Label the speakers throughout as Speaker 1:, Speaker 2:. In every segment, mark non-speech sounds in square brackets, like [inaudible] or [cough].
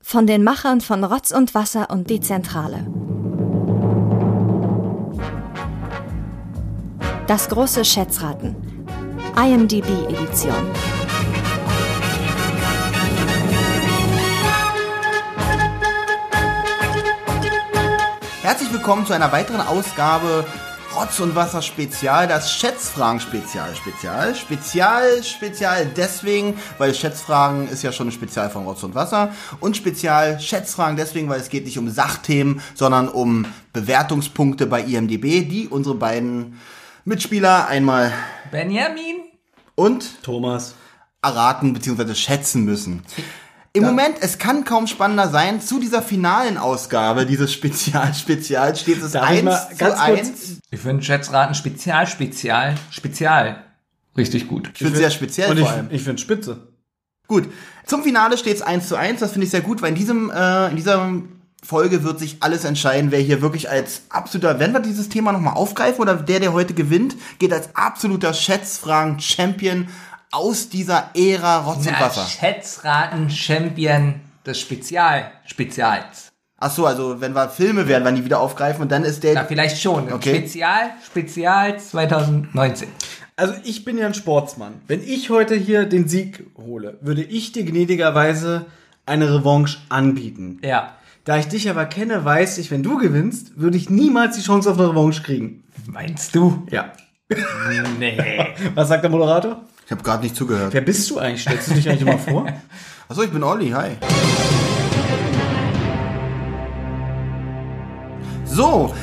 Speaker 1: von den Machern von Rotz und Wasser und die Zentrale. Das große Schätzraten. IMDB-Edition.
Speaker 2: Herzlich willkommen zu einer weiteren Ausgabe Rotz und Wasser Spezial, das Schätzfragen Spezial, Spezial, Spezial, Spezial deswegen, weil Schätzfragen ist ja schon ein Spezial von Rotz und Wasser und Spezial Schätzfragen deswegen, weil es geht nicht um Sachthemen, sondern um Bewertungspunkte bei IMDb, die unsere beiden Mitspieler einmal
Speaker 3: Benjamin?
Speaker 2: und
Speaker 4: Thomas.
Speaker 2: erraten bzw. schätzen müssen. Im Moment, es kann kaum spannender sein, zu dieser finalen Ausgabe dieses Spezial, Spezial steht es
Speaker 4: Darf ich mal
Speaker 2: 1
Speaker 4: ganz
Speaker 2: zu
Speaker 4: kurz-
Speaker 2: 1.
Speaker 3: Ich finde Schätzraten Spezial, Spezial, Spezial. Richtig gut.
Speaker 2: Ich finde sehr speziell
Speaker 4: Und
Speaker 2: vor
Speaker 4: ich,
Speaker 2: allem.
Speaker 4: ich finde Spitze.
Speaker 2: Gut, zum Finale steht es 1 zu 1, das finde ich sehr gut, weil in, diesem, äh, in dieser Folge wird sich alles entscheiden, wer hier wirklich als absoluter, wenn wir dieses Thema nochmal aufgreifen oder der, der heute gewinnt, geht als absoluter Schätzfragen-Champion aus dieser Ära Rotz und
Speaker 3: Na,
Speaker 2: Wasser.
Speaker 3: Schätzraten Champion des Spezial, Spezials.
Speaker 2: Ach so, also wenn wir Filme werden, wann die wieder aufgreifen und dann ist der...
Speaker 3: Na, vielleicht schon. Ne?
Speaker 2: Okay.
Speaker 3: Spezial, Spezial 2019.
Speaker 4: Also ich bin ja ein Sportsmann. Wenn ich heute hier den Sieg hole, würde ich dir gnädigerweise eine Revanche anbieten.
Speaker 3: Ja.
Speaker 4: Da ich dich aber kenne, weiß ich, wenn du gewinnst, würde ich niemals die Chance auf eine Revanche kriegen.
Speaker 3: Meinst du?
Speaker 4: Ja. [laughs]
Speaker 3: Nee.
Speaker 4: Was sagt der Moderator?
Speaker 2: ich habe gerade nicht zugehört.
Speaker 4: Wer bist du eigentlich? Stellst du dich eigentlich immer vor?
Speaker 2: Achso, ich bin Olli, hi. So,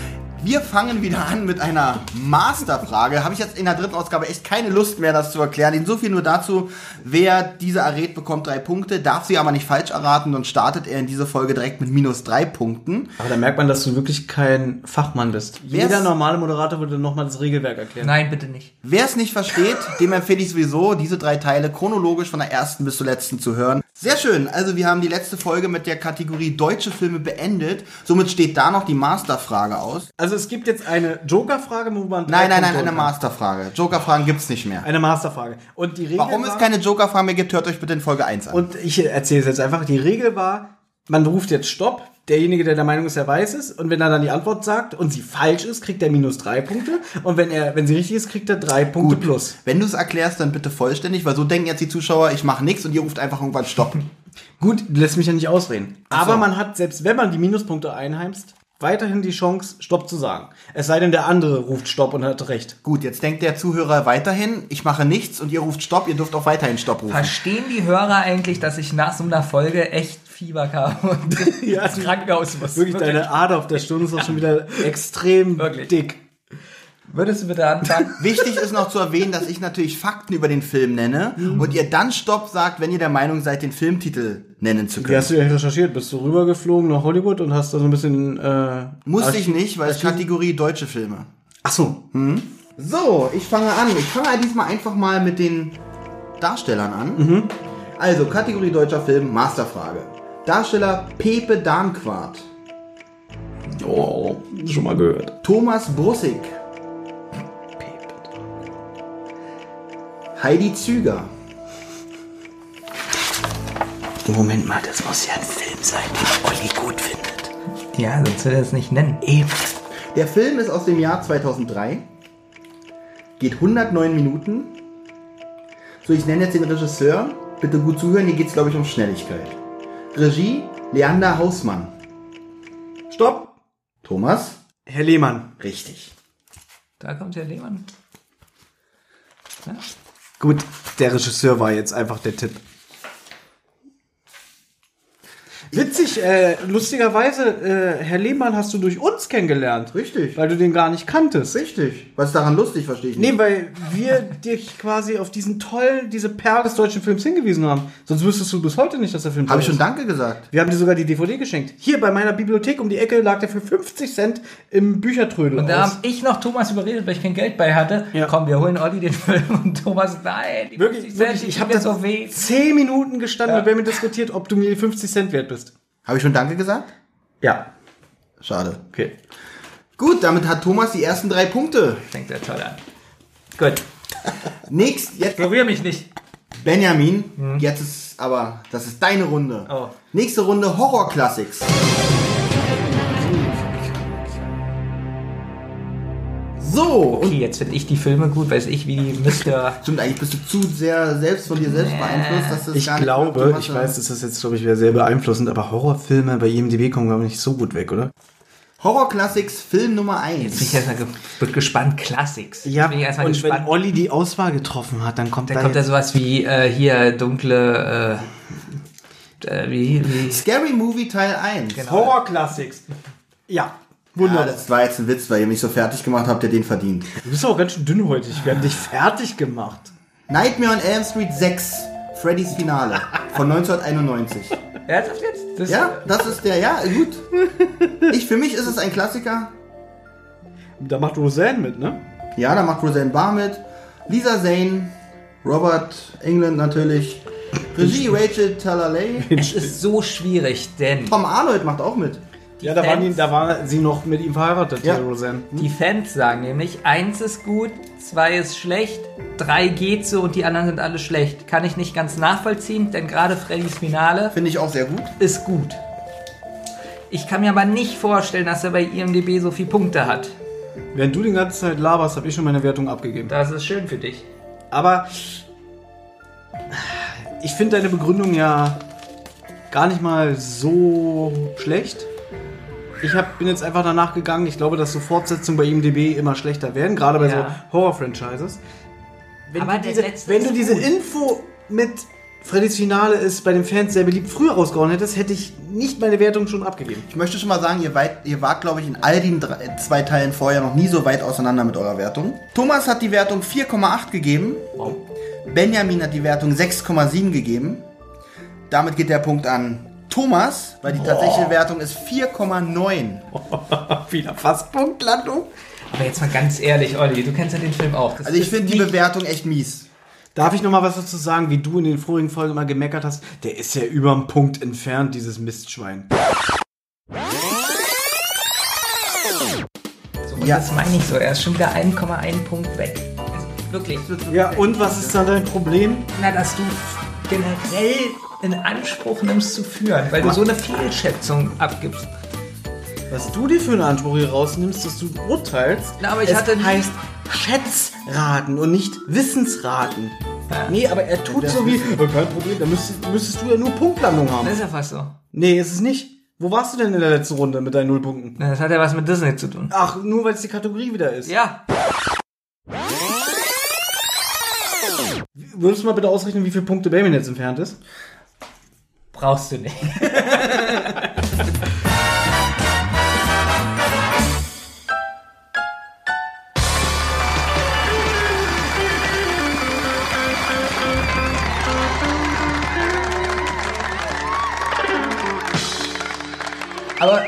Speaker 2: wir fangen wieder an mit einer Masterfrage. Habe ich jetzt in der dritten Ausgabe echt keine Lust mehr, das zu erklären. Insofern nur dazu, wer diese errät, bekommt drei Punkte, darf sie aber nicht falsch erraten und startet er in diese Folge direkt mit minus drei Punkten.
Speaker 4: [laughs] Aber da merkt man, dass du wirklich kein Fachmann bist. Jeder
Speaker 2: ist-
Speaker 4: normale Moderator würde nochmal das Regelwerk erklären.
Speaker 3: Nein, bitte nicht.
Speaker 2: Wer es nicht versteht, dem empfehle ich sowieso, diese drei Teile chronologisch von der ersten bis zur letzten zu hören. Sehr schön. Also wir haben die letzte Folge mit der Kategorie deutsche Filme beendet. Somit steht da noch die Masterfrage aus.
Speaker 4: Also es gibt jetzt eine Joker-Frage, wo man... drei
Speaker 2: Nein, nein, nein,
Speaker 4: Punkte
Speaker 2: eine
Speaker 4: holen kann.
Speaker 2: Masterfrage. Jokerfragen gibt's nicht mehr.
Speaker 4: Eine Masterfrage. Und die Regel
Speaker 2: Warum es
Speaker 4: war-
Speaker 2: keine Jokerfragen mehr gibt, hört euch bitte in Folge 1 an.
Speaker 4: Und ich erzähle es jetzt einfach. Die Regel war, man ruft jetzt Stopp. Derjenige, der der Meinung ist, der weiß es. Und wenn er dann die Antwort sagt und sie falsch ist, kriegt er minus drei Punkte. Und wenn er, wenn sie richtig ist, kriegt er drei Punkte plus.
Speaker 2: Wenn du es erklärst, dann bitte vollständig, weil so denken jetzt die Zuschauer, ich mache nichts und ihr ruft einfach irgendwann Stopp.
Speaker 4: Gut, du lässt mich ja nicht ausreden. Aber
Speaker 2: so.
Speaker 4: man hat, selbst wenn man die Minuspunkte einheimst, weiterhin die Chance, Stopp zu sagen. Es sei denn, der andere ruft Stopp und hat recht.
Speaker 2: Gut, jetzt denkt der Zuhörer weiterhin, ich mache nichts und ihr ruft Stopp, ihr dürft auch weiterhin Stopp rufen.
Speaker 3: Verstehen die Hörer eigentlich, dass ich nach so einer Folge echt Fieber habe und
Speaker 4: [laughs] Ja,
Speaker 3: ins Krankenhaus muss?
Speaker 4: Wirklich, deine Ader auf der Stirn ist doch schon [laughs] wieder extrem
Speaker 3: Wirklich.
Speaker 4: dick.
Speaker 3: Würdest du bitte
Speaker 4: [laughs]
Speaker 3: anfangen?
Speaker 2: Wichtig ist noch zu erwähnen, dass ich natürlich Fakten über den Film nenne und ihr dann Stopp sagt, wenn ihr der Meinung seid, den Filmtitel nennen zu
Speaker 4: Wie
Speaker 2: können.
Speaker 4: hast du denn recherchiert? Bist du rübergeflogen nach Hollywood und hast da so ein bisschen... Äh,
Speaker 2: Musste
Speaker 4: Arch-
Speaker 2: ich nicht, weil es Kategorie deutsche Filme.
Speaker 4: Ach so,
Speaker 2: So, ich fange an. Ich fange ja diesmal einfach mal mit den Darstellern an. Also, Kategorie deutscher Film, Masterfrage. Darsteller Pepe Danquart,
Speaker 4: Oh, schon mal gehört.
Speaker 2: Thomas Brussig,
Speaker 4: Hm.
Speaker 2: Heidi Züger,
Speaker 4: Moment mal, das muss ja ein Film sein, den Olli gut findet.
Speaker 3: ja, sonst würde er es nicht nennen. Eben.
Speaker 2: Der Film ist aus dem Jahr 2003, geht 109 Minuten. So, ich nenne jetzt den Regisseur. Bitte gut zuhören, hier geht es, glaube ich, um Schnelligkeit. Regie Leander Hausmann.
Speaker 4: Stopp!
Speaker 2: Thomas?
Speaker 4: Herr Lehmann.
Speaker 2: Richtig.
Speaker 3: Da kommt ja Lehmann. Ja?
Speaker 4: Gut, der Regisseur war jetzt einfach der Tipp. Witzig, äh, lustigerweise, äh, Herr Lehmann hast du durch uns kennengelernt.
Speaker 2: Richtig.
Speaker 4: Weil du den gar nicht kanntest.
Speaker 2: Richtig. Was ist daran lustig, verstehe ich nicht.
Speaker 4: Nee, weil wir dich quasi auf diesen tollen, diese Perle des deutschen Films hingewiesen haben. Sonst wüsstest du bis heute nicht, dass der Film
Speaker 2: Habe
Speaker 4: toll
Speaker 2: ich schon
Speaker 4: ist.
Speaker 2: Danke gesagt?
Speaker 4: Wir haben dir sogar die DVD geschenkt. Hier bei meiner Bibliothek um die Ecke lag der für 50 Cent im Büchertrödel.
Speaker 3: Und da
Speaker 4: aus.
Speaker 3: habe ich noch Thomas überredet, weil ich kein Geld bei hatte.
Speaker 4: Ja.
Speaker 3: Komm, wir holen Olli den [laughs] Film und Thomas, nein. die 50
Speaker 4: Wirklich,
Speaker 3: Cent,
Speaker 4: wirklich,
Speaker 3: die
Speaker 4: ich
Speaker 3: tun
Speaker 4: habe
Speaker 3: mir
Speaker 4: das
Speaker 3: so
Speaker 4: auf
Speaker 3: weh.
Speaker 4: 10 Minuten gestanden und wir haben diskutiert, ob du mir die 50 Cent wert bist.
Speaker 2: Habe ich schon Danke gesagt?
Speaker 4: Ja,
Speaker 2: Schade.
Speaker 4: okay.
Speaker 2: Gut, damit hat Thomas die ersten drei Punkte.
Speaker 3: Fängt ja toll an. Gut,
Speaker 2: Nächst, jetzt
Speaker 3: berühr mich nicht.
Speaker 2: Benjamin. Jetzt ist nichts, aber das ist deine Runde.
Speaker 3: Oh.
Speaker 2: Nächste Runde Horror-Classics. So, und
Speaker 3: Okay, jetzt finde ich die Filme gut, weiß ich, wie die Mr.
Speaker 2: stimmt, eigentlich bist du zu sehr selbst von dir selbst beeinflusst, dass das
Speaker 4: Ich
Speaker 2: gar nicht
Speaker 4: glaube,
Speaker 2: mehr auf die
Speaker 4: ich
Speaker 2: Masse-
Speaker 4: weiß, das ist jetzt, glaube ich, wieder sehr beeinflussend, aber Horrorfilme bei IMDb kommen, glaube ich, nicht so gut weg, oder?
Speaker 2: Horror-Classics, Film Nummer
Speaker 3: Jetzt bin ich
Speaker 2: 1.
Speaker 3: erstmal ge wird gespannt, Classics. Jetzt bin ich erstmal
Speaker 4: und wenn
Speaker 3: gespannt.
Speaker 4: Olli die Auswahl getroffen hat, dann kommt
Speaker 3: Dann kommt da
Speaker 4: jetzt-
Speaker 3: sowas wie äh, hier dunkle, äh, äh, wie, wie
Speaker 2: Scary Movie Teil 1. Genau.
Speaker 4: Horror Classics. Ja,
Speaker 2: Ja,
Speaker 4: wunderbar.
Speaker 2: das war jetzt ein Witz, weil ihr mich so fertig gemacht habt, ihr den verdient.
Speaker 4: du bist auch ganz schön dünnhäutig. Wir haben dich fertig gemacht.
Speaker 2: Nightmare on Elm Street 6, Freddy's Finale von 1991.
Speaker 3: Ernsthaft jetzt? Das
Speaker 2: Ja, das ist der, ja, gut. Ich, für mich ist es ein Klassiker.
Speaker 4: Da macht Roseanne mit, ne?
Speaker 2: Ja, da macht Roseanne Barr mit. Lisa Zane, Robert England natürlich. Regie Rachel Talalay.
Speaker 3: Es ist so schwierig, denn
Speaker 2: Tom Arnold macht auch mit.
Speaker 4: ja, da, waren die,
Speaker 3: Fans.
Speaker 4: da war sie noch mit ihm verheiratet,
Speaker 2: Ja.
Speaker 4: die Roseanne.
Speaker 3: die Fans sagen nämlich, eins ist gut, zwei ist schlecht, drei geht so und die anderen sind alle schlecht. Kann ich nicht ganz nachvollziehen, denn gerade Freddys Finale
Speaker 2: Finde ich auch sehr gut.
Speaker 3: ist gut. Ich kann mir aber nicht vorstellen, dass er bei IMDb so viele Punkte hat.
Speaker 4: Während du die ganze Zeit laberst, habe ich schon meine Wertung abgegeben.
Speaker 3: Das ist schön für dich.
Speaker 4: Aber ich finde deine Begründung ja gar nicht mal so schlecht. Ich hab, bin jetzt einfach danach gegangen. Ich glaube, dass so Fortsetzungen bei IMDb immer schlechter werden, gerade bei
Speaker 3: Ja.
Speaker 4: so Horror-Franchises. Wenn,
Speaker 3: Aber
Speaker 4: du
Speaker 3: der
Speaker 4: diese,
Speaker 3: letzte
Speaker 4: wenn du
Speaker 3: ist
Speaker 4: diese
Speaker 3: gut.
Speaker 4: Info mit Freddys Finale ist bei den Fans sehr beliebt früher rausgehauen hättest, hätte ich nicht meine Wertung schon abgegeben.
Speaker 2: Ich möchte schon mal sagen, ihr, weit, ihr wart, glaube ich, in all den drei, zwei Teilen vorher noch nie so weit auseinander mit eurer Wertung. Thomas hat die Wertung 4,8 gegeben. Benjamin hat die Wertung 6,7 gegeben. Damit geht der Punkt an Thomas, weil die tatsächliche Wertung ist 4,9.
Speaker 4: Wieder fast Punktlandung.
Speaker 3: Aber jetzt mal ganz ehrlich, Olli, du kennst ja den Film auch. Das
Speaker 2: Also ich
Speaker 3: ist
Speaker 2: finde die
Speaker 3: nicht-
Speaker 2: Bewertung echt mies.
Speaker 4: Darf ich noch mal was dazu sagen, wie du in den vorigen Folgen immer gemeckert hast? Der ist ja überm Punkt entfernt, dieses Mistschwein.
Speaker 3: so, und
Speaker 2: Ja.
Speaker 3: Das meine ich so. Er ist schon wieder 1,1 Punkt weg. Also wirklich.
Speaker 4: Ja, und was ist dann dein Problem?
Speaker 3: Na, dass du generell in Anspruch nimmst zu führen, weil du so eine Fehlschätzung abgibst.
Speaker 4: Was du dir für einen Anspruch hier rausnimmst, dass du urteilst,
Speaker 3: Na, aber ich
Speaker 4: es
Speaker 3: hatte nie-
Speaker 4: heißt Schätzraten und nicht Wissensraten.
Speaker 3: Ja.
Speaker 4: Nee, aber er tut so wie... Oh, kein Problem, da müsstest, müsstest du ja nur Punktlandung haben.
Speaker 3: Das ist ja fast so.
Speaker 4: Nee, ist es nicht. Wo warst du denn in der letzten Runde mit deinen Nullpunkten?
Speaker 3: Na, Das hat ja was mit Disney zu tun.
Speaker 4: Ach, nur weil es die Kategorie wieder ist.
Speaker 3: Ja.
Speaker 4: Würdest du mal bitte ausrechnen, wie viele Punkte Bamin jetzt entfernt ist?
Speaker 3: Brauchst du nicht. Aber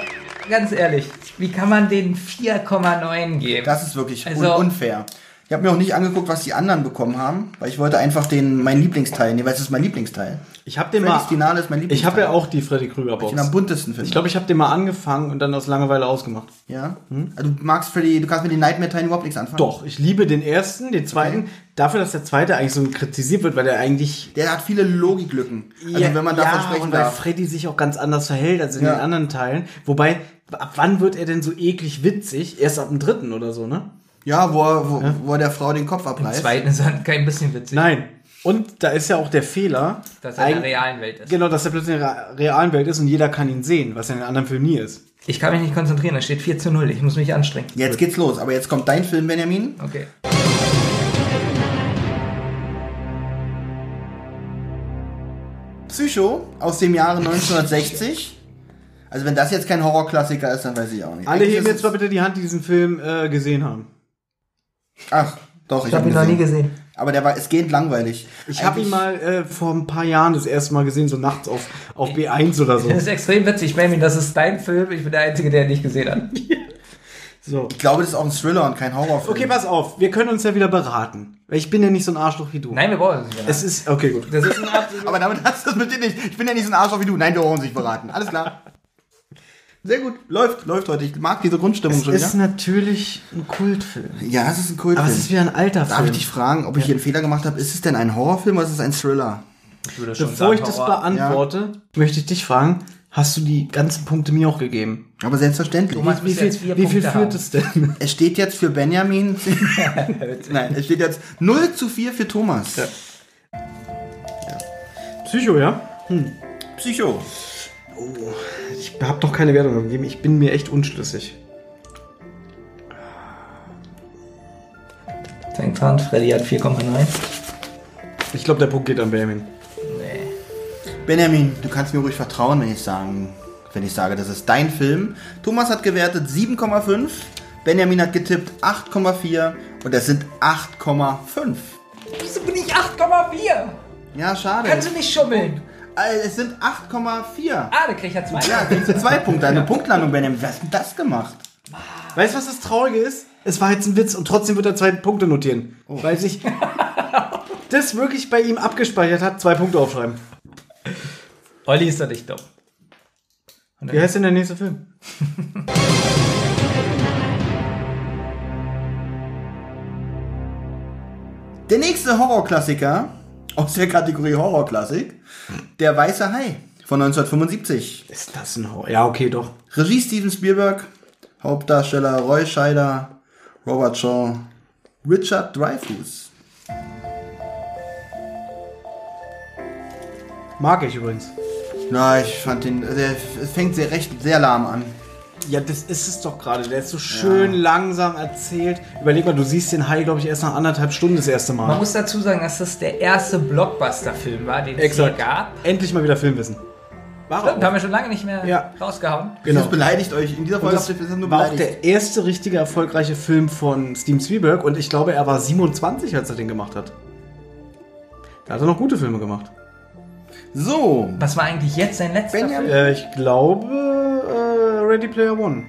Speaker 3: ganz ehrlich, wie kann man den 4,9 geben?
Speaker 2: Das ist wirklich
Speaker 3: Also-
Speaker 2: un unfair. Ich habe mir auch nicht angeguckt, was die anderen bekommen haben, weil ich wollte einfach den meinen Lieblingsteil nehmen, weil es ist mein Lieblingsteil.
Speaker 4: Ich habe den
Speaker 2: Freddy's
Speaker 4: mal...
Speaker 2: Finale ist mein Lieblingsteil.
Speaker 4: Ich habe ja auch die Freddy Krüger Box.
Speaker 2: den am buntesten finde.
Speaker 4: Ich glaube, ich habe den mal angefangen und dann aus Langeweile ausgemacht.
Speaker 2: ja. Also du magst Freddy, du kannst mit den Nightmare Teilen überhaupt nichts anfangen.
Speaker 4: hm? Doch, ich liebe den ersten, den zweiten. Dafür, dass der zweite eigentlich so kritisiert wird, weil der eigentlich.
Speaker 2: Der hat viele Logiklücken. Also wenn man davon sprechen
Speaker 4: und weil
Speaker 2: darf.
Speaker 4: Freddy sich auch ganz anders verhält als in
Speaker 2: Ja.
Speaker 4: den anderen Teilen. Wobei, ab wann wird er denn so eklig witzig? Erst ab dem dritten oder so, ne?
Speaker 2: Ja, wo er, wo, wo er der Frau den Kopf
Speaker 3: Im
Speaker 2: abreißt.
Speaker 3: zweiten ist er kein bisschen witzig,
Speaker 4: Nein. Und da ist ja auch der Fehler,
Speaker 3: dass er in der
Speaker 4: eigentlich-
Speaker 3: realen Welt ist.
Speaker 4: genau, dass er plötzlich in der ra- realen Welt ist und jeder kann ihn sehen, was ja in den anderen Filmen nie ist.
Speaker 3: Ich kann mich nicht konzentrieren, da steht 4 zu 0, ich muss mich anstrengen.
Speaker 2: Jetzt geht's los. Aber jetzt kommt dein Film, Benjamin.
Speaker 3: Okay.
Speaker 2: Psycho aus dem Jahre 1960. Also wenn das jetzt kein Horrorklassiker ist, dann weiß ich auch nicht.
Speaker 4: Alle
Speaker 2: Eigentlich
Speaker 4: heben
Speaker 2: ist
Speaker 4: jetzt mal
Speaker 2: es-
Speaker 4: bitte die Hand, die diesen Film äh, gesehen haben.
Speaker 2: Ach, doch, ich,
Speaker 3: Ich
Speaker 2: hab
Speaker 3: habe ihn noch nie gesehen.
Speaker 2: Aber der war, es geht langweilig.
Speaker 4: Ich habe ihn mal äh, vor ein paar Jahren das erste Mal gesehen, so nachts auf, auf B1 oder so.
Speaker 2: [laughs]
Speaker 3: Das ist extrem witzig, Mamie, das ist dein Film, ich bin der Einzige, der ihn nicht gesehen hat.
Speaker 4: so.
Speaker 2: Ich glaube, das ist auch ein Thriller und kein Horrorfilm.
Speaker 4: Okay, pass auf, wir können uns ja wieder beraten. Weil ich bin ja nicht so ein Arschloch wie du.
Speaker 3: Nein, wir brauchen es nicht mehr.
Speaker 4: Es ist, okay, gut.
Speaker 3: Das
Speaker 4: [laughs]
Speaker 3: ist ein absolut...
Speaker 2: Aber damit hast du es mit dir nicht. Ich bin ja nicht so ein Arschloch wie du. Nein, wir brauchen uns nicht beraten. Alles klar. Sehr gut. Läuft, läuft heute. Ich mag diese Grundstimmung
Speaker 4: Es
Speaker 2: schon
Speaker 4: ist
Speaker 2: wieder.
Speaker 4: natürlich ein Kultfilm.
Speaker 2: Ja, es ist ein Kultfilm.
Speaker 4: Aber es ist wieder ein alter Film.
Speaker 2: Darf ich dich fragen, ob ich hier einen Fehler gemacht habe? Ist es denn ein Horrorfilm oder ist es ein Thriller?
Speaker 3: Ich würde schon
Speaker 4: Bevor ich das
Speaker 3: Horror.
Speaker 4: beantworte, möchte ich dich fragen, hast du die ganzen Punkte mir auch gegeben?
Speaker 2: Aber selbstverständlich.
Speaker 3: Du meinst-
Speaker 4: Wie
Speaker 3: musst
Speaker 4: viel,
Speaker 3: jetzt vier
Speaker 4: wie viel
Speaker 3: Punkte
Speaker 4: führt
Speaker 3: haben.
Speaker 4: es denn?
Speaker 2: Es steht jetzt für [laughs] Benjamin. Nein, es steht jetzt 0 zu 4 für Thomas.
Speaker 4: [laughs] Psycho, ja?
Speaker 2: Psycho.
Speaker 4: Ich habe doch keine Wertung gegeben. Ich bin mir echt unschlüssig.
Speaker 3: Denk dran, Freddy hat 4,9.
Speaker 4: Ich glaube, der Punkt geht an Benjamin.
Speaker 3: Nee.
Speaker 2: Benjamin, du kannst mir ruhig vertrauen, wenn ich sagen, wenn ich sage, das ist dein Film. Thomas hat gewertet 7,5, Benjamin hat getippt 8,4 und das sind 8,5.
Speaker 3: Wieso bin ich 8,4?
Speaker 2: Ja, schade.
Speaker 3: Kannst du nicht schummeln?
Speaker 2: Äh, Es sind 8,4.
Speaker 3: Ah, da krieg ich ja zwei.
Speaker 2: Ja, das sind zwei Punkte.
Speaker 3: [laughs]
Speaker 2: Eine Punktlandung, Benjamin. Was hast denn das gemacht?
Speaker 4: Weißt du, was das Traurige ist? Es war jetzt ein Witz und trotzdem wird er zwei Punkte notieren.
Speaker 3: [laughs]
Speaker 4: Weil sich das wirklich bei ihm abgespeichert hat, zwei Punkte aufschreiben.
Speaker 3: Olli ist doch nicht dumm.
Speaker 4: Wie heißt denn der nächste Film?
Speaker 2: Der nächste Horrorklassiker aus der Kategorie Horrorklassik, Der Weiße Hai von 1975.
Speaker 4: Ist das ein Horror? Ja, okay, doch.
Speaker 2: Regie Steven Spielberg, Hauptdarsteller Roy Scheider, Robert Shaw, Richard Dreyfuss.
Speaker 4: Mag ich übrigens.
Speaker 2: Na, ich fand den, der fängt sehr recht sehr lahm an.
Speaker 4: Ja, das ist es doch gerade. Der ist so schön langsam erzählt. Überleg mal, du siehst den Hai, glaube ich, erst nach anderthalb Stunden das erste
Speaker 3: Man
Speaker 4: Mal.
Speaker 3: muss dazu sagen, dass das der erste Blockbuster-Film war, den es hier gab.
Speaker 4: Endlich mal wieder Filmwissen. War
Speaker 3: Stimmt, haben
Speaker 4: er auch.
Speaker 3: wir schon lange nicht mehr
Speaker 4: Ja.
Speaker 3: rausgehauen.
Speaker 2: Das beleidigt euch. In dieser
Speaker 4: Und
Speaker 2: Folge
Speaker 4: das
Speaker 2: habt ihr bisher nur
Speaker 4: Genau. war auch
Speaker 2: beleidigt.
Speaker 4: der erste richtige erfolgreiche Film von Steven Spielberg und ich glaube, er war 27, als er den gemacht hat. Da hat er noch gute Filme gemacht.
Speaker 2: So,
Speaker 3: Was war eigentlich jetzt sein letzter
Speaker 2: Benjamin.
Speaker 4: Äh, ich glaube, äh, Ready Player One.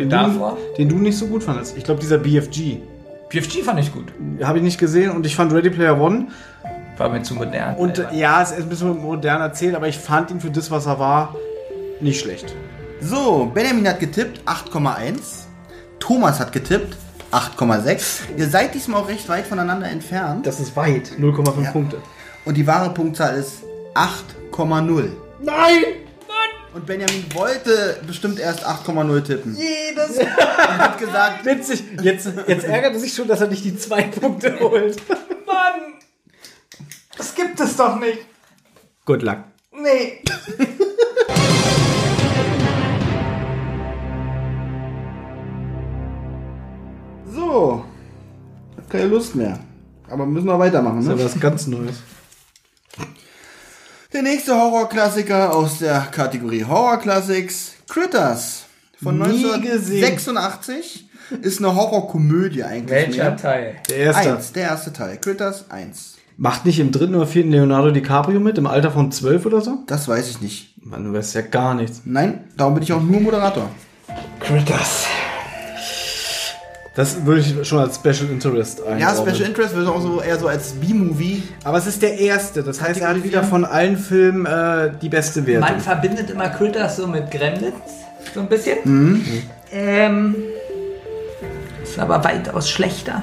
Speaker 4: Den
Speaker 3: Davor?
Speaker 4: Du, den du nicht so gut fandest. Ich glaube, dieser BFG.
Speaker 3: Film? PFG fand ich gut.
Speaker 4: Habe ich nicht gesehen und ich fand Ready Player One.
Speaker 3: War mir zu modern.
Speaker 4: Und
Speaker 3: Alter.
Speaker 4: äh, ja, es ist ein bisschen modern erzählt, aber ich fand ihn für das, was er war, nicht schlecht.
Speaker 2: so, Benjamin hat getippt 8,1. Thomas hat getippt 8,6. Ihr seid diesmal auch recht weit voneinander entfernt.
Speaker 4: Das ist weit. 0,5 Punkte.
Speaker 2: Und die wahre Punktzahl ist 8,0.
Speaker 4: Nein!
Speaker 2: Und Benjamin wollte bestimmt erst 8,0 tippen.
Speaker 4: Jedes
Speaker 2: Und hat gesagt,
Speaker 4: Witzig. Jetzt, jetzt ärgert er sich schon, dass er nicht die zwei Punkte holt.
Speaker 3: Mann! Das gibt es doch nicht!
Speaker 4: Good luck.
Speaker 3: Nee!
Speaker 2: so, hab keine Lust mehr. Aber müssen wir weitermachen, ne?
Speaker 4: was ganz Neues.
Speaker 2: Der nächste Horrorklassiker aus der Kategorie Horrorklassiks, Critters von
Speaker 4: Nie
Speaker 2: 1986, ist eine Horrorkomödie eigentlich.
Speaker 3: Welcher
Speaker 2: mehr.
Speaker 3: Teil?
Speaker 4: Der erste.
Speaker 2: Eins, der erste Teil. Critters 1.
Speaker 4: Macht nicht im dritten oder vierten Leonardo DiCaprio mit, im Alter von zwölf oder so?
Speaker 2: Das weiß ich nicht.
Speaker 4: Mann, du weißt ja gar nichts.
Speaker 2: Nein, darum bin ich auch nur Moderator.
Speaker 4: Critters. Das würde ich schon als Special Interest einordnen.
Speaker 2: Ja, Special Interest wird auch so eher so als B-Movie.
Speaker 4: Aber es ist der erste. Das heißt, er hat wieder von allen Filmen äh, die beste
Speaker 3: Man
Speaker 4: Wertung.
Speaker 3: verbindet immer Critters so mit Gremlins. So ein bisschen.
Speaker 2: Mhm.
Speaker 3: Ähm. Ist aber weitaus schlechter.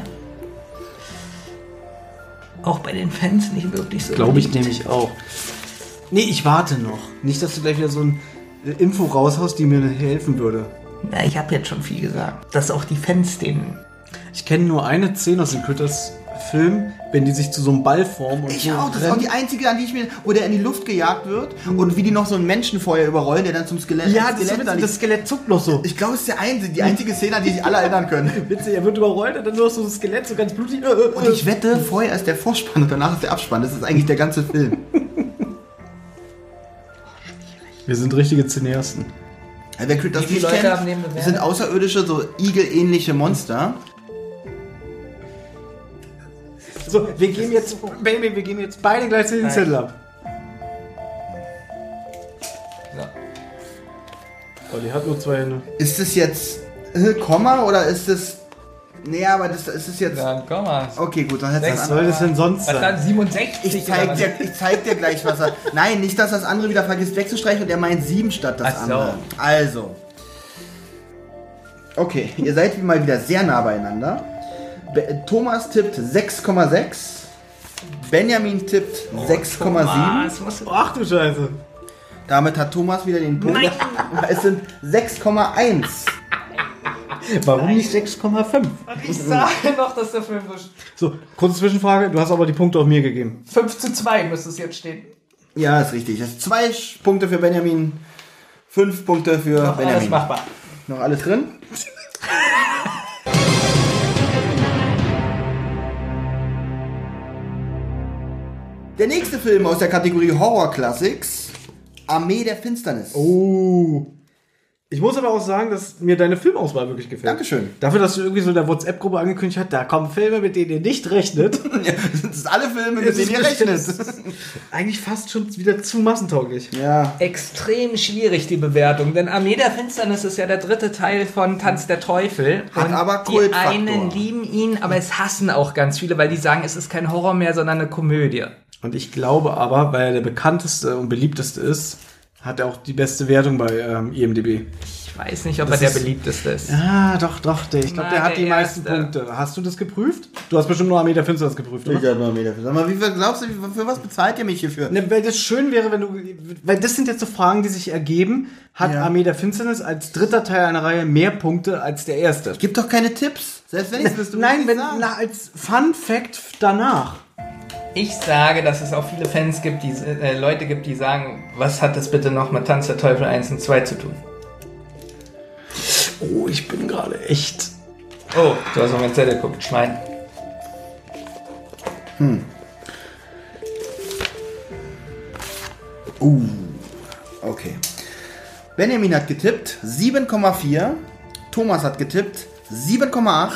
Speaker 3: Auch bei den Fans nicht wirklich so.
Speaker 4: Glaube ich
Speaker 3: beliebt.
Speaker 4: nämlich auch. Nee, ich warte noch. Nicht, dass du gleich wieder so ein äh, Info raushaust, die mir helfen würde.
Speaker 3: Ja, ich habe jetzt schon viel gesagt. Dass auch die Fans den.
Speaker 4: Ich kenne nur eine Szene aus dem Critters Film, wenn die sich zu so einem Ball formen und
Speaker 2: Ich
Speaker 4: so
Speaker 2: auch, das ist auch die einzige, an die ich mir, wo der in die Luft gejagt wird und wie die noch so einen Menschenfeuer überrollen, der dann zum Skelett.
Speaker 4: ja, das,
Speaker 2: Skelett
Speaker 4: Skelett,
Speaker 2: da liegt.
Speaker 4: das Skelett zuckt noch so.
Speaker 2: Ich glaube, es ist der einzige, die einzige Szene, an die sich alle erinnern können.
Speaker 4: Witzig, er wird überrollt und dann nur noch so ein Skelett, so ganz blutig. Äh,
Speaker 2: Und ich wette, vorher ist der Vorspann und danach ist der Abspann. Das ist eigentlich der ganze Film.
Speaker 4: Wir sind richtige Cineasten.
Speaker 2: Ja, Wer Critters
Speaker 3: Wie viele
Speaker 2: nicht
Speaker 3: Leute
Speaker 2: kennt,
Speaker 3: haben den bewertet?
Speaker 2: sind außerirdische, so igelähnliche Monster.
Speaker 4: So, wir geben jetzt, Baby, wir geben jetzt beide gleichzeitig den
Speaker 3: Nein.
Speaker 4: Zettel ab.
Speaker 3: So.
Speaker 4: Olli hat nur zwei Hände.
Speaker 2: Ist das jetzt äh, Komma oder ist das... Nee, aber das ist es jetzt...
Speaker 3: Dann komm mal.
Speaker 2: Okay, gut, dann hättest du
Speaker 3: Sechs
Speaker 2: das andere...
Speaker 4: Was soll das denn sonst
Speaker 3: Was dann
Speaker 4: sein?
Speaker 3: 67?
Speaker 2: Ich zeig,
Speaker 3: oder was?
Speaker 2: dir, ich zeig dir gleich, was er... Nein, nicht, dass das andere wieder vergisst wegzustreichen und er meint sieben statt das
Speaker 3: Ach so.
Speaker 2: andere. Also. Okay, ihr seid wie mal wieder sehr nah beieinander. Be Thomas tippt 6,6. Benjamin tippt
Speaker 3: Oh,
Speaker 2: 6,7.
Speaker 3: Was musst du-
Speaker 4: Ach du Scheiße.
Speaker 2: Damit hat Thomas wieder den Punkt. [laughs] Es sind 6,1.
Speaker 4: Warum nicht 6,5?
Speaker 3: Ich sage noch, dass der Film wurscht.
Speaker 4: So, kurze Zwischenfrage. Du hast aber die Punkte auch mir gegeben.
Speaker 3: 5 zu 2 müsste es jetzt stehen.
Speaker 2: Ja, ist richtig. Das sind zwei Punkte für Benjamin, fünf Punkte für
Speaker 3: Alles
Speaker 2: Benjamin.
Speaker 3: machbar.
Speaker 2: Noch alles drin? Der nächste Film aus der Kategorie Horror Classics, Armee der Finsternis.
Speaker 4: Oh. Ich muss aber auch sagen, dass mir deine Filmauswahl wirklich gefällt.
Speaker 2: Dankeschön.
Speaker 4: Dafür, dass du irgendwie so in der WhatsApp-Gruppe angekündigt hast, da kommen Filme, mit denen ihr nicht rechnet.
Speaker 2: [laughs] Das sind alle Filme, mit
Speaker 4: Es
Speaker 2: denen
Speaker 4: ist
Speaker 2: ihr
Speaker 4: bestimmt-
Speaker 2: rechnet.
Speaker 4: [laughs] Eigentlich fast schon wieder zu massentauglich.
Speaker 2: Ja.
Speaker 3: Extrem schwierig die Bewertung, denn Armee der Finsternis ist ja der dritte Teil von Tanz der Teufel.
Speaker 2: Hat aber
Speaker 3: die
Speaker 2: Kultfaktor.
Speaker 3: einen lieben ihn, aber es hassen auch ganz viele, weil die sagen, es ist kein Horror mehr, sondern eine Komödie.
Speaker 4: Und ich glaube aber, weil er der bekannteste und beliebteste ist, hat er auch die beste Wertung bei ähm, IMDb.
Speaker 3: Ich weiß nicht, ob
Speaker 4: Das
Speaker 3: er der
Speaker 4: ist-
Speaker 3: beliebteste ist.
Speaker 4: Ah, doch, doch, der. Ich glaube,
Speaker 3: Na,
Speaker 4: der hat
Speaker 3: der
Speaker 4: die meisten
Speaker 3: Erste.
Speaker 4: Punkte. Hast du das geprüft? Du hast bestimmt nur Armee der Finsternis geprüft, oder?
Speaker 2: Ich hab mal Armee der Finsternis. Aber wie viel glaubst du, wie- für was bezahlt ihr mich hierfür?
Speaker 4: Ne, weil das schön wäre, wenn du. Weil das sind jetzt so Fragen, die sich ergeben. Hat
Speaker 2: Ja.
Speaker 4: Armee der Finsternis als dritter Teil einer Reihe mehr Punkte als der erste?
Speaker 2: Gib doch keine Tipps. Selbst wenn ich wüsste,
Speaker 4: Nein,
Speaker 2: muss
Speaker 4: wenn,
Speaker 2: ich's sagen.
Speaker 4: na, als Fun Fact danach.
Speaker 3: Ich sage, dass es auch viele Fans gibt, die äh, Leute gibt, die sagen, was hat das bitte noch mit Tanz der Teufel 1 und 2 zu tun?
Speaker 4: Oh, ich bin gerade echt.
Speaker 3: Oh, du hast auf meinen Zettel geguckt, Schwein.
Speaker 2: Okay. Benjamin hat getippt 7,4. Thomas hat getippt 7,8.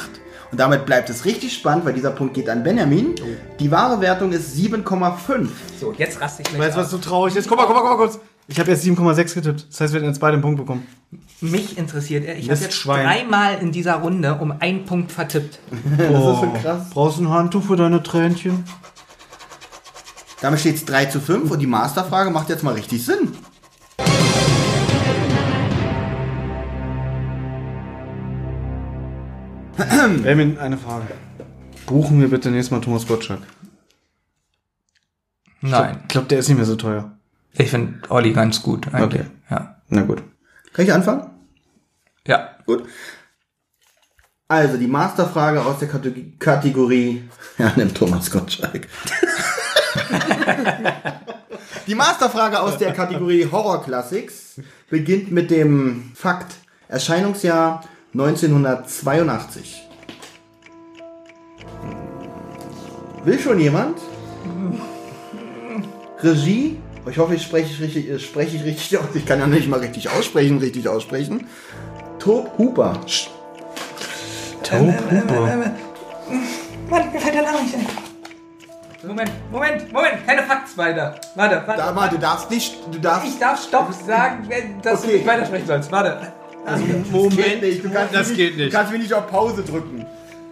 Speaker 2: Und damit bleibt es richtig spannend, weil dieser Punkt geht an Benjamin. Die wahre Wertung ist 7,5.
Speaker 3: So, jetzt raste ich
Speaker 4: Weißt
Speaker 3: gleich
Speaker 4: du, was so traurig ist? Guck mal, guck mal, guck mal kurz. Ich habe jetzt 7,6 getippt. Das heißt, wir hätten jetzt beide einen Punkt bekommen.
Speaker 3: Mich interessiert er. Ich habe jetzt
Speaker 4: Mistschwein.
Speaker 3: dreimal in dieser Runde um einen Punkt vertippt.
Speaker 4: Oh,
Speaker 2: schon krass.
Speaker 4: Brauchst du ein Handtuch für deine Tränchen?
Speaker 2: Damit steht es 3 zu 5 und die Masterfrage macht jetzt mal richtig Sinn.
Speaker 4: Benjamin, eine Frage. Buchen wir bitte nächstes Mal Thomas Gottschalk. Ich glaube, der ist nicht mehr so teuer.
Speaker 3: Ich finde Olli ganz gut. Eigentlich.
Speaker 4: Okay.
Speaker 3: Ja.
Speaker 4: Na gut.
Speaker 2: Kann ich anfangen?
Speaker 3: Ja.
Speaker 2: Gut. Also die Masterfrage aus der Kategorie. Kategorie [laughs] ja, nimm Thomas Gottschalk. [laughs] die Masterfrage aus der Kategorie Horror Classics beginnt mit dem Fakt Erscheinungsjahr 1982. Will schon jemand? Regie. Oh, Ich hoffe, ich spreche richtig, äh, spreche ich richtig aus. Ich kann ja nicht mal richtig aussprechen, richtig aussprechen. Tob Hooper.
Speaker 4: Taub Huber.
Speaker 3: Mann, mir fällt der Name nicht ein. Moment, Moment, Moment, keine Facts weiter. Warte, warte.
Speaker 2: Da, warte, du darfst nicht, du darfst.
Speaker 3: ich darf Stopp sagen, wenn- dass
Speaker 2: Okay.
Speaker 3: du nicht weitersprechen sollst. Warte.
Speaker 2: Geht nicht, du kannst
Speaker 4: das
Speaker 2: mich
Speaker 4: geht nicht.
Speaker 2: Du kannst mich nicht auf Pause drücken.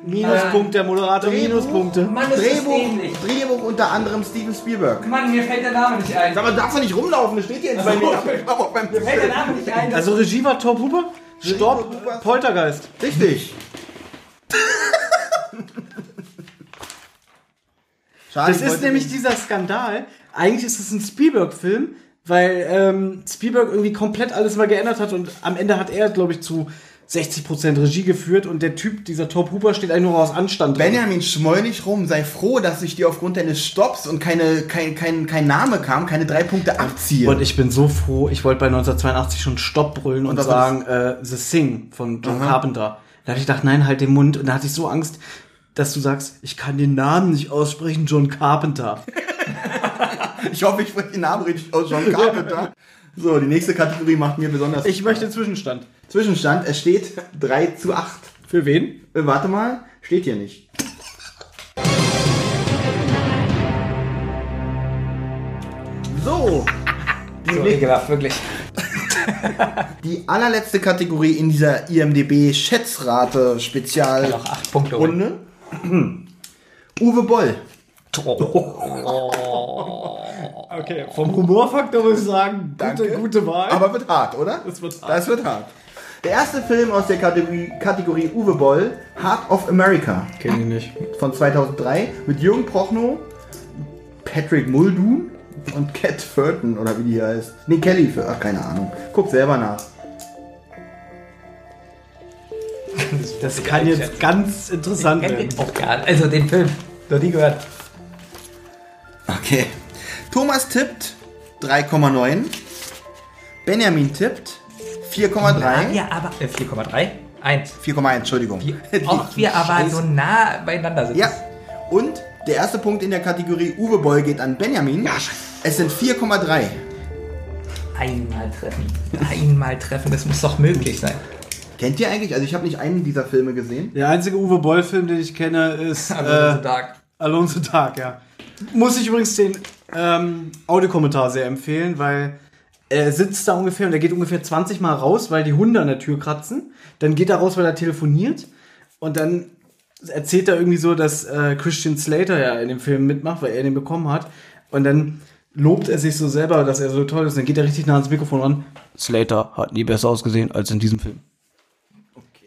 Speaker 4: Minuspunkt, der Moderator, Minuspunkte.
Speaker 3: Mann, das ist
Speaker 2: Drehbuch,
Speaker 3: ähnlich.
Speaker 2: Drehbuch unter anderem Steven Spielberg.
Speaker 3: Mann, mir fällt der Name nicht ein.
Speaker 2: Aber du darfst doch nicht rumlaufen, das steht hier in zwei Metern. Aber beim
Speaker 3: Mir fällt der Name nicht ein. [laughs]
Speaker 4: Also Regie war Top Huber?
Speaker 2: Huber.
Speaker 4: Stopp, Poltergeist.
Speaker 2: Richtig. [laughs] Schade,
Speaker 4: Das
Speaker 2: ich
Speaker 4: Also ist
Speaker 2: wollte
Speaker 4: nämlich
Speaker 2: den-
Speaker 4: dieser Skandal. Eigentlich ist es ein Spielberg-Film, weil ähm, Spielberg irgendwie komplett alles mal geändert hat und am Ende hat er, glaube ich, zu 60% Regie geführt und der Typ, dieser Top Huber, steht eigentlich nur aus Anstand. drin.
Speaker 2: Benjamin, schmoll nicht rum. Sei froh, dass ich dir aufgrund deines Stops und keine, kein, kein, kein Name kam, keine drei Punkte abziehe.
Speaker 4: Und ich bin so froh, ich wollte bei 1982 schon Stopp brüllen und,
Speaker 2: was
Speaker 4: sagen, äh, The Sing von John Carpenter. Da habe ich gedacht, nein, halt den Mund. Und da hatte ich so Angst, dass du sagst, ich kann den Namen nicht aussprechen, John Carpenter.
Speaker 2: Ich hoffe, ich spreche den Namen richtig aus. John Carpenter. So, die nächste Kategorie macht mir besonders.
Speaker 4: Ich möchte Zwischenstand.
Speaker 2: Zwischenstand, es steht [laughs] 3 zu 8.
Speaker 4: Für wen?
Speaker 2: Äh, warte mal, steht hier nicht. So,
Speaker 3: so ekelhaft, wirklich.
Speaker 2: die allerletzte Kategorie in dieser IMDB Schätzrate Spezial
Speaker 3: Noch acht Punkte.
Speaker 2: Runde. [clears throat] Uwe Boll.
Speaker 4: Okay, vom Humorfaktor muss ich sagen, gute, gute Wahl.
Speaker 3: Ah,
Speaker 2: Aber wird hart, oder?
Speaker 4: Das wird hart.
Speaker 2: Das wird hart. Der erste Film aus der Kategorie, Kategorie Uwe Boll, Heart of America
Speaker 4: kenne ihn nicht.
Speaker 2: von 2003 mit Jürgen Prochnow, Patrick Muldoon und Cat Furton oder wie die heißt. Nee, Kelly, Fur- ach, keine Ahnung. Guck selber nach.
Speaker 4: Das kann jetzt ganz interessant
Speaker 3: Ich kenn
Speaker 4: werden.
Speaker 3: den auch gar nicht. Also den Film. Noch nie gehört.
Speaker 2: Okay. Thomas tippt 3,9. Benjamin tippt 4,3.
Speaker 3: Ja, aber. Äh, 4,3?
Speaker 4: [laughs]
Speaker 3: 1.
Speaker 2: 4,1, Entschuldigung. [laughs]
Speaker 3: Wie oft wir aber so nah beieinander sitzen.
Speaker 2: Ja. Und der erste Punkt in der Kategorie Uwe Boll geht an Benjamin. Es sind 4,3.
Speaker 3: Einmal treffen. Einmal treffen, das muss doch möglich sein.
Speaker 2: Kennt ihr eigentlich? Also ich habe nicht einen dieser Filme gesehen.
Speaker 4: Der einzige Uwe Boll-Film, den ich kenne, ist
Speaker 3: Aber so
Speaker 4: äh,
Speaker 3: dark.
Speaker 4: Alonso Tag, ja. Muss ich übrigens den ähm, Audiokommentar sehr empfehlen, weil er sitzt da ungefähr und er geht ungefähr 20 Mal raus, weil die Hunde an der Tür kratzen. Dann geht er raus, weil er telefoniert. Und dann erzählt er irgendwie so, dass äh, Christian Slater ja in dem Film mitmacht, weil er den bekommen hat. Und dann lobt er sich so selber, dass er so toll ist. Und dann geht er richtig nah ans Mikrofon ran.
Speaker 5: Slater hat nie besser ausgesehen als in diesem Film.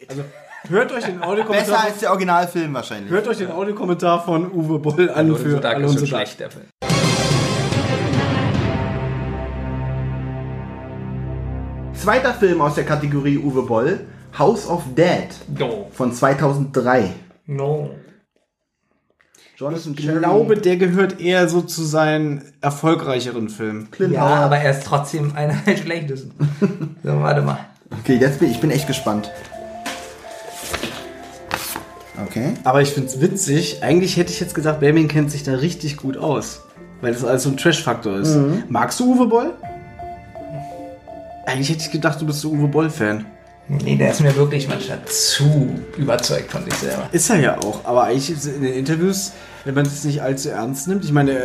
Speaker 4: Also hört euch den
Speaker 2: Besser
Speaker 4: Audiokommentar
Speaker 2: als der Originalfilm wahrscheinlich.
Speaker 4: Hört euch den Audiokommentar von Uwe Boll an
Speaker 3: Alonso
Speaker 4: für
Speaker 3: Dark ist
Speaker 4: Alonso
Speaker 3: schon
Speaker 4: Dark.
Speaker 3: schlecht, der Film.
Speaker 2: Zweiter Film aus der Kategorie Uwe Boll, House of Dead
Speaker 3: No.
Speaker 2: von 2003.
Speaker 3: No.
Speaker 2: Jonathan
Speaker 4: Ich glaube, der gehört eher so zu seinen erfolgreicheren Filmen.
Speaker 3: Ja, aber er ist trotzdem einer der schlechtesten. So, warte mal.
Speaker 2: Okay, jetzt bin ich bin echt gespannt. Okay.
Speaker 4: Aber ich find's witzig. Eigentlich hätte ich jetzt gesagt, Benjamin kennt sich da richtig gut aus. Weil das alles so ein Trash-Faktor ist.
Speaker 3: Mhm.
Speaker 4: Magst du Uwe Boll? Eigentlich hätte ich gedacht, du bist so Uwe Boll-Fan.
Speaker 3: Nee, der ist mir wirklich manchmal zu überzeugt von sich selber.
Speaker 4: Ist er ja auch. Aber eigentlich ist in den Interviews, wenn man es nicht allzu ernst nimmt, ich meine, äh,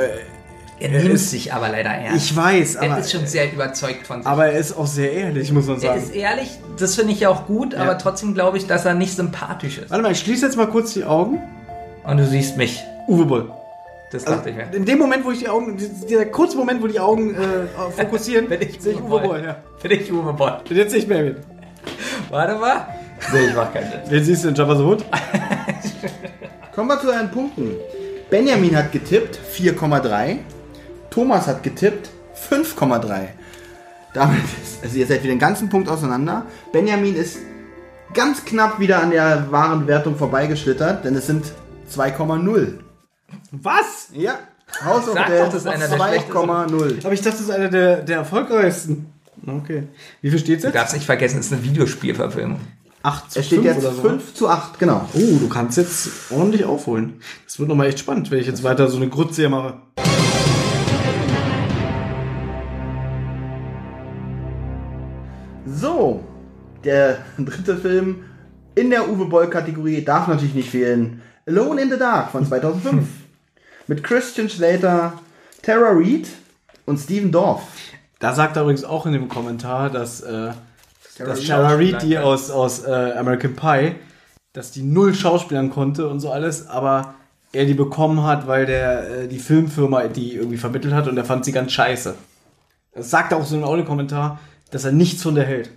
Speaker 3: Er nimmt
Speaker 4: ist-
Speaker 3: sich aber leider ernst.
Speaker 4: ich weiß,
Speaker 3: er
Speaker 4: aber,
Speaker 3: ist schon sehr überzeugt von sich.
Speaker 4: aber er ist auch sehr ehrlich, muss man
Speaker 3: er
Speaker 4: sagen.
Speaker 3: ist ehrlich, das finde ich ja auch gut, aber trotzdem glaube ich, dass er nicht sympathisch ist.
Speaker 4: Warte mal, ich schließe jetzt mal kurz die Augen.
Speaker 3: Und du siehst mich.
Speaker 4: Uwe Boll.
Speaker 3: Das
Speaker 4: Also,
Speaker 3: dachte ich mir.
Speaker 4: in dem Moment, wo ich die Augen, dieser kurze Moment, wo die Augen äh,
Speaker 3: [laughs]
Speaker 4: fokussieren,
Speaker 3: Wenn ich
Speaker 4: sehe ich
Speaker 3: Uwe
Speaker 4: Uwe
Speaker 3: Boll.
Speaker 4: Boll, ja.
Speaker 3: Finde ich Uwe Boll.
Speaker 4: Und jetzt sehe ich Melvin.
Speaker 3: Warte mal. Nee, ich mach keinen Sinn.
Speaker 4: Wen siehst du in Jabba the Hutt?
Speaker 2: Kommen wir zu deinen Punkten. Benjamin hat getippt 4,3. Thomas hat getippt 5,3. Damit ist, also ihr seid wieder den ganzen Punkt auseinander. Benjamin ist ganz knapp wieder an der wahren Wertung vorbeigeschlittert, denn es sind 2,0.
Speaker 4: Was?
Speaker 2: Ja, House of
Speaker 3: Sag
Speaker 2: Dead
Speaker 3: doch, das ist einer der schlechtesten.
Speaker 2: 2,0.
Speaker 4: Aber ich dachte, das ist einer der, der erfolgreichsten. Okay. Wie viel steht's
Speaker 3: Du
Speaker 4: jetzt?
Speaker 3: darfst nicht vergessen, es ist eine Videospielverfilmung.
Speaker 4: 8 zu
Speaker 2: Es steht
Speaker 4: fünf
Speaker 2: jetzt
Speaker 4: oder so. ne?
Speaker 2: 5 zu 8, genau.
Speaker 4: Oh, du kannst jetzt ordentlich aufholen. Das wird nochmal echt spannend, wenn ich jetzt weiter so eine Grütze hier mache.
Speaker 2: So, der dritte Film in der Uwe Boll-Kategorie darf natürlich nicht fehlen. Alone in the Dark von
Speaker 4: [laughs]
Speaker 2: 2005. Mit Christian Slater, Tara Reid und Steven Dorff.
Speaker 4: Da sagt er übrigens auch in dem Kommentar, dass, äh, dass
Speaker 2: Reid
Speaker 4: Shara
Speaker 2: auch
Speaker 4: Reed, die aus, aus äh, American Pie, dass die null schauspielern konnte und so alles, aber er die bekommen hat, weil der äh, die Filmfirma die irgendwie vermittelt hat und er fand sie ganz scheiße. Das sagt er auch so in einem Audiokommentar, dass er nichts von der hält.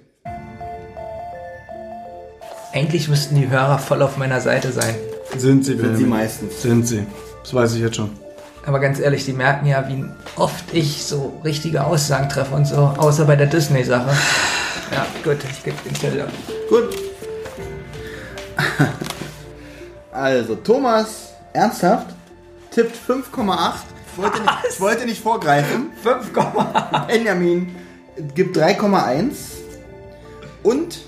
Speaker 3: Eigentlich müssten die Hörer voll auf meiner Seite sein.
Speaker 4: Sind sie,
Speaker 2: Sind sie meistens.
Speaker 4: Sind sie. Das weiß ich jetzt schon.
Speaker 3: Aber ganz ehrlich, die merken ja, wie oft ich so richtige Aussagen treffe und so, außer bei der Disney-Sache. Ja, gut, es gibt den Teller.
Speaker 2: Gut. Also, Thomas, ernsthaft, tippt 5,8. Ich wollte nicht- Ich wollte nicht vorgreifen.
Speaker 3: 5,
Speaker 2: Benjamin gibt 3,1 und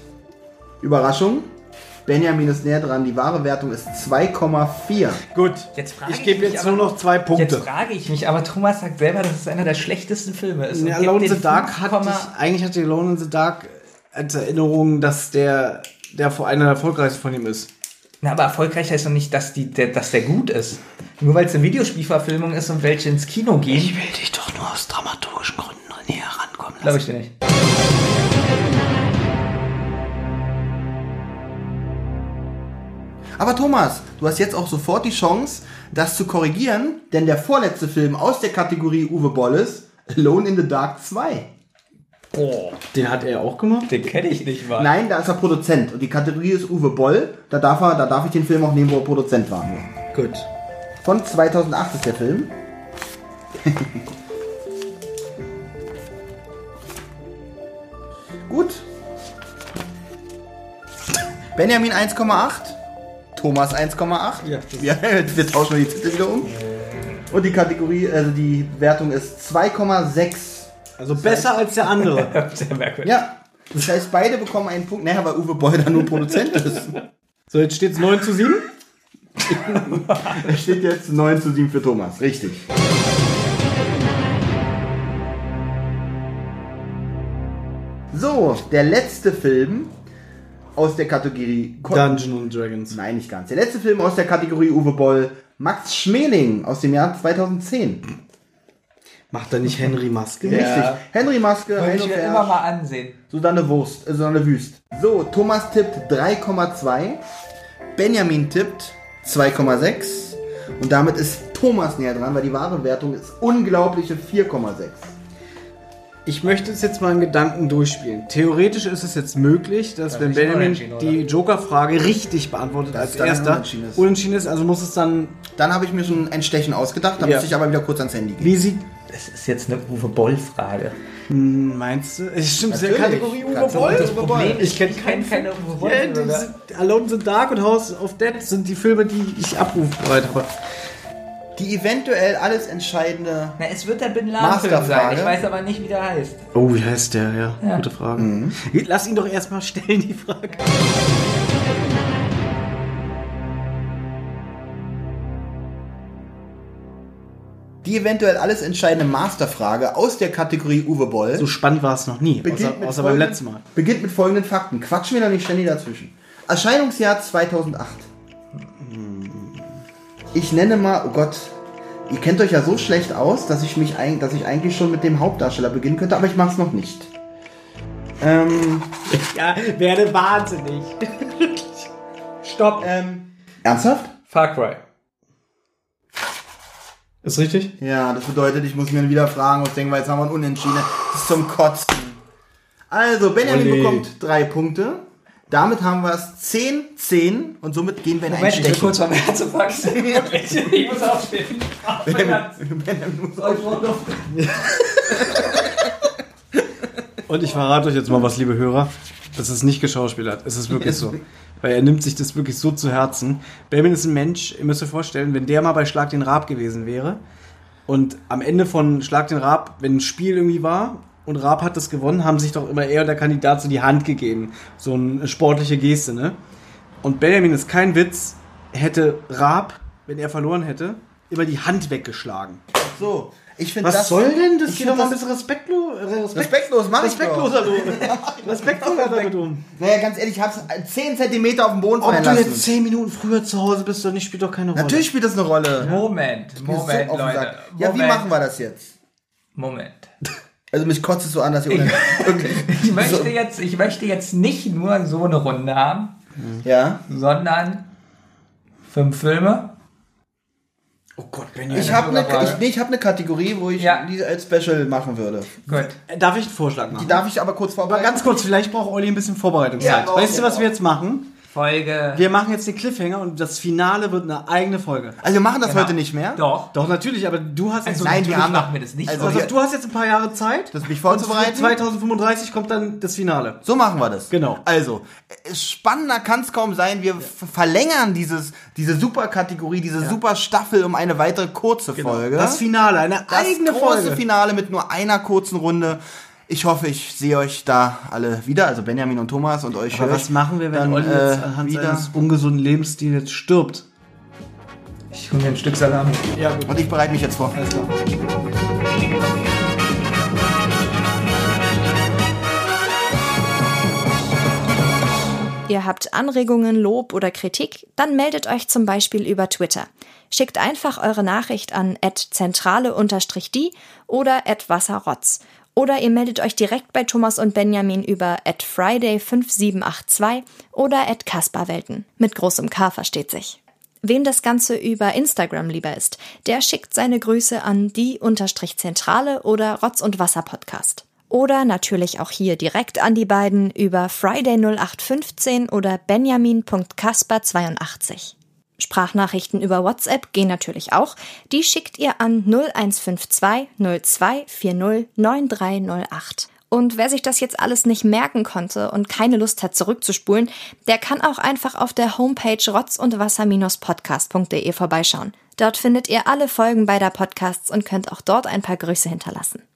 Speaker 2: Überraschung, Benjamin ist näher dran, die wahre Wertung ist 2,4.
Speaker 4: Gut.
Speaker 3: Jetzt frage
Speaker 4: ich gebe
Speaker 3: ich mich
Speaker 4: jetzt
Speaker 3: aber-
Speaker 4: nur noch zwei
Speaker 3: Jetzt
Speaker 4: Punkte.
Speaker 3: frage ich mich, aber Thomas sagt selber, dass es einer der schlechtesten Filme ist. und
Speaker 4: Ja,
Speaker 3: gibt
Speaker 4: Alone in
Speaker 3: den
Speaker 4: the Dark hat
Speaker 3: 5,8.
Speaker 4: dich, eigentlich hatte Alone in the Dark als Erinnerung, dass der, der vor- einer der erfolgreichsten von ihm ist.
Speaker 3: Na, aber erfolgreich heißt doch nicht, dass, die, der, dass der gut ist. Nur weil es eine Videospielverfilmung ist und welche ins Kino gehen,
Speaker 5: will dich doch nur aus dramaturgischen Gründen näher rankommen
Speaker 3: glaube ich dir nicht.
Speaker 2: Aber Thomas, du hast jetzt auch sofort die Chance, das zu korrigieren, denn der vorletzte Film aus der Kategorie Uwe Boll ist Alone in the Dark 2.
Speaker 3: Boah,
Speaker 4: Den hat er auch gemacht?
Speaker 3: den kenne ich nicht mal.
Speaker 2: Nein, da ist er Produzent und die Kategorie ist Uwe Boll. Da darf, er, da darf ich den Film [laughs] auch nehmen, wo er Produzent war.
Speaker 4: Gut.
Speaker 2: Von 2008 ist der Film. Gut. Benjamin 1,8. Thomas 1,8.
Speaker 4: Ja.
Speaker 2: ja. [laughs] Wir tauschen die Titel wieder um. Und die Kategorie, also die Wertung ist 2,6.
Speaker 4: Also besser als der andere.
Speaker 3: Sehr merkwürdig.
Speaker 2: Ja. Das heißt, beide bekommen einen Punkt. Naja, weil Uwe Boll da nur Produzent ist.
Speaker 4: So, jetzt steht es 9
Speaker 2: [laughs]
Speaker 4: zu 7.
Speaker 2: Es steht jetzt 9 zu 7 für Thomas. Richtig. So, der letzte Film aus der Kategorie Ko-
Speaker 4: Dungeon und Dragons.
Speaker 2: Nein, nicht ganz. Der letzte Film aus der Kategorie Uwe Boll, Max Schmeling aus dem Jahr 2010.
Speaker 4: Macht da nicht Henry Maske?
Speaker 2: Richtig. Henry Maske,
Speaker 3: Würde
Speaker 2: Heino
Speaker 3: ich mir
Speaker 2: Fersch,
Speaker 3: immer mal ansehen.
Speaker 2: Susanne Wurst, äh, Susanne Wüst. So, Thomas tippt 3,2, Benjamin tippt 2,6 und damit ist Thomas näher dran, weil die wahre Wertung ist unglaubliche 4,6.
Speaker 4: Ich möchte es jetzt mal in Gedanken durchspielen. Theoretisch ist es jetzt möglich, dass
Speaker 3: bin
Speaker 4: wenn
Speaker 3: ich
Speaker 4: Benjamin
Speaker 3: unentschieden, oder?
Speaker 4: die Joker-Frage richtig beantwortet
Speaker 2: Dass
Speaker 4: als
Speaker 2: dann
Speaker 4: erster
Speaker 2: unentschieden ist.
Speaker 4: unentschieden ist, also muss es dann
Speaker 2: Dann habe ich mir schon ein Stechen ausgedacht, da
Speaker 4: Ja.
Speaker 2: muss ich aber wieder kurz ans Handy gehen.
Speaker 4: wie sie
Speaker 3: Das ist jetzt eine Uwe Boll-Frage.
Speaker 4: meinst du? Es stimmt, es ist ja
Speaker 2: Natürlich.
Speaker 4: Kategorie Uwe
Speaker 2: Kannst du-
Speaker 4: Boll.
Speaker 3: Das
Speaker 4: Uwe Boll.
Speaker 3: Problem,
Speaker 4: ich kenne
Speaker 3: kenn keine Uwe Boll.
Speaker 4: Ja, die sind- Alone in the Dark und House of Dead sind die Filme, die ich abrufbereit habe.
Speaker 2: Die eventuell alles entscheidende
Speaker 3: Na, es wird der Bin Laden-Film sein.
Speaker 2: Masterfrage.
Speaker 3: Ich weiß aber nicht, wie der heißt.
Speaker 4: Oh, wie heißt der? Ja, gute Frage. Lass ihn doch erstmal stellen, die Frage.
Speaker 2: Die eventuell alles entscheidende Masterfrage aus der Kategorie Uwe Boll
Speaker 4: So spannend war es noch nie, außer, außer beim
Speaker 2: folgenden-
Speaker 4: letzten Mal.
Speaker 2: beginnt mit folgenden Fakten. Quatschen wir doch nicht ständig dazwischen. Erscheinungsjahr 2008. Ich nenne mal, oh Gott, ihr kennt euch ja so schlecht aus, dass ich mich ein, dass ich eigentlich schon mit dem Hauptdarsteller beginnen könnte, aber ich mach's noch nicht. Ähm,
Speaker 4: Ja, werde wahnsinnig.
Speaker 3: Stopp.
Speaker 2: ähm, ernsthaft?
Speaker 3: Far Cry.
Speaker 4: Ist richtig?
Speaker 2: Ja, das bedeutet, ich muss mir wieder fragen und denken, weil jetzt haben wir ein Unentschieden. Das ist zum Kotzen. Also, Benjamin
Speaker 4: Olli.
Speaker 2: bekommt drei Punkte. Damit haben wir es 10, 10 und somit gehen wir in ein
Speaker 3: Moment, ich will
Speaker 2: Stechen.
Speaker 3: kurz mal mehr zu faxen. ich muss aufstehen. Ach, verdammt. Ich brauch noch-
Speaker 4: Und ich verrate euch jetzt mal was, liebe Hörer. Das ist nicht geschauspielert. Es ist wirklich so. Weil er nimmt sich das wirklich so zu Herzen. Benjamin ist ein Mensch, ihr müsst euch vorstellen, wenn der mal bei Schlag den Raab gewesen wäre und am Ende von Schlag den Raab, wenn ein Spiel irgendwie war und Raab hat das gewonnen, haben sich doch immer er und der Kandidat so die Hand gegeben. So eine sportliche Geste, ne? Und Benjamin ist kein Witz, hätte Raab, wenn er verloren hätte, immer die Hand weggeschlagen.
Speaker 2: So, ich finde
Speaker 4: Was
Speaker 2: das.
Speaker 4: soll denn? Das
Speaker 2: ich
Speaker 4: geht
Speaker 2: find
Speaker 4: doch mal ein
Speaker 2: das-
Speaker 4: bisschen respektlos. Respekt,
Speaker 2: Respektlos, mach ich
Speaker 4: respektloser [laughs] damit. Respektloser damit um.
Speaker 2: Naja, ganz ehrlich, ich hab's 10 cm auf dem Boden
Speaker 4: Ob
Speaker 2: fallen
Speaker 4: du
Speaker 2: lassen.
Speaker 4: jetzt 10 Minuten früher zu Hause bist oder nicht, spielt doch keine Rolle.
Speaker 2: Natürlich spielt das eine Rolle.
Speaker 3: Moment,
Speaker 2: Mir ist so
Speaker 3: Moment,
Speaker 2: auf den
Speaker 3: Leute.
Speaker 2: Sack. Ja, wie
Speaker 3: Moment,
Speaker 2: machen wir das jetzt?
Speaker 3: Moment.
Speaker 2: Also mich kotzt es so an, dass ihr unentschieden.
Speaker 3: Ich möchte, jetzt, ich möchte jetzt nicht nur so eine Runde haben,
Speaker 2: Ja.
Speaker 3: sondern fünf Filme.
Speaker 4: Oh Gott, Benjamin.
Speaker 2: Ich habe eine,
Speaker 3: Frage.
Speaker 2: ich, nee, ich hab eine Kategorie, wo ich
Speaker 3: Ja.
Speaker 2: die als Special machen würde.
Speaker 3: Gut.
Speaker 4: Darf ich einen Vorschlag machen?
Speaker 2: Die darf ich aber kurz
Speaker 4: Aber
Speaker 2: vorbereiten.
Speaker 4: ganz kurz, vielleicht braucht Olli ein bisschen Vorbereitungszeit.
Speaker 3: Ja,
Speaker 4: weißt du, was wir jetzt machen?
Speaker 3: Folge.
Speaker 4: Wir machen jetzt den Cliffhanger und das Finale wird eine eigene Folge.
Speaker 2: also wir machen das
Speaker 3: Genau.
Speaker 2: heute nicht mehr.
Speaker 3: Doch.
Speaker 4: Doch, natürlich, aber du hast jetzt...
Speaker 3: Also,
Speaker 4: so-
Speaker 2: nein, wir
Speaker 3: natürlich
Speaker 2: haben-
Speaker 3: machen wir das nicht.
Speaker 2: Also
Speaker 3: so.
Speaker 4: Pass auf, du hast jetzt ein paar Jahre Zeit.
Speaker 2: Das mich
Speaker 4: Und
Speaker 2: vorzubereiten.
Speaker 4: 2035 kommt dann das Finale.
Speaker 2: So machen wir das.
Speaker 4: Genau.
Speaker 2: Also, äh, spannender kann es kaum sein. Wir f- verlängern dieses, diese super Kategorie, diese super Staffel um eine weitere kurze Folge.
Speaker 4: Genau. Das Finale, eine
Speaker 2: das
Speaker 4: eigene
Speaker 2: große
Speaker 4: Folge.
Speaker 2: Finale mit nur einer kurzen Runde. Ich hoffe, ich sehe euch da alle wieder, also Benjamin und Thomas und euch.
Speaker 4: Aber
Speaker 2: höre
Speaker 4: was
Speaker 2: ich
Speaker 4: machen wir, wenn
Speaker 2: dann,
Speaker 4: Olli jetzt anhand
Speaker 2: äh, wieder?
Speaker 4: seines ungesunden Lebensstils jetzt stirbt?
Speaker 3: Ich hole mir ein Stück Salami.
Speaker 4: Ja, gut.
Speaker 2: Und ich bereite mich jetzt vor.
Speaker 4: Alles klar.
Speaker 1: Ihr habt Anregungen, Lob oder Kritik? Dann meldet euch zum Beispiel über Twitter. Schickt einfach eure Nachricht an zentrale-die oder wasserrotz. Oder ihr meldet euch direkt bei Thomas und Benjamin über friday5782 oder kasperwelten. Mit großem K versteht sich. Wem das Ganze über Instagram lieber ist, der schickt seine Grüße an die-zentrale oder Rotz und Wasser Podcast. Oder natürlich auch hier direkt an die beiden über Friday 0815 oder benjamin.kasper82. Sprachnachrichten über WhatsApp gehen natürlich auch. Die schickt ihr an 0152 0240 9308. Und wer sich das jetzt alles nicht merken konnte und keine Lust hat zurückzuspulen, der kann auch einfach auf der Homepage rotzundwasser-podcast.de vorbeischauen. Dort findet ihr alle Folgen beider Podcasts und könnt auch dort ein paar Grüße hinterlassen.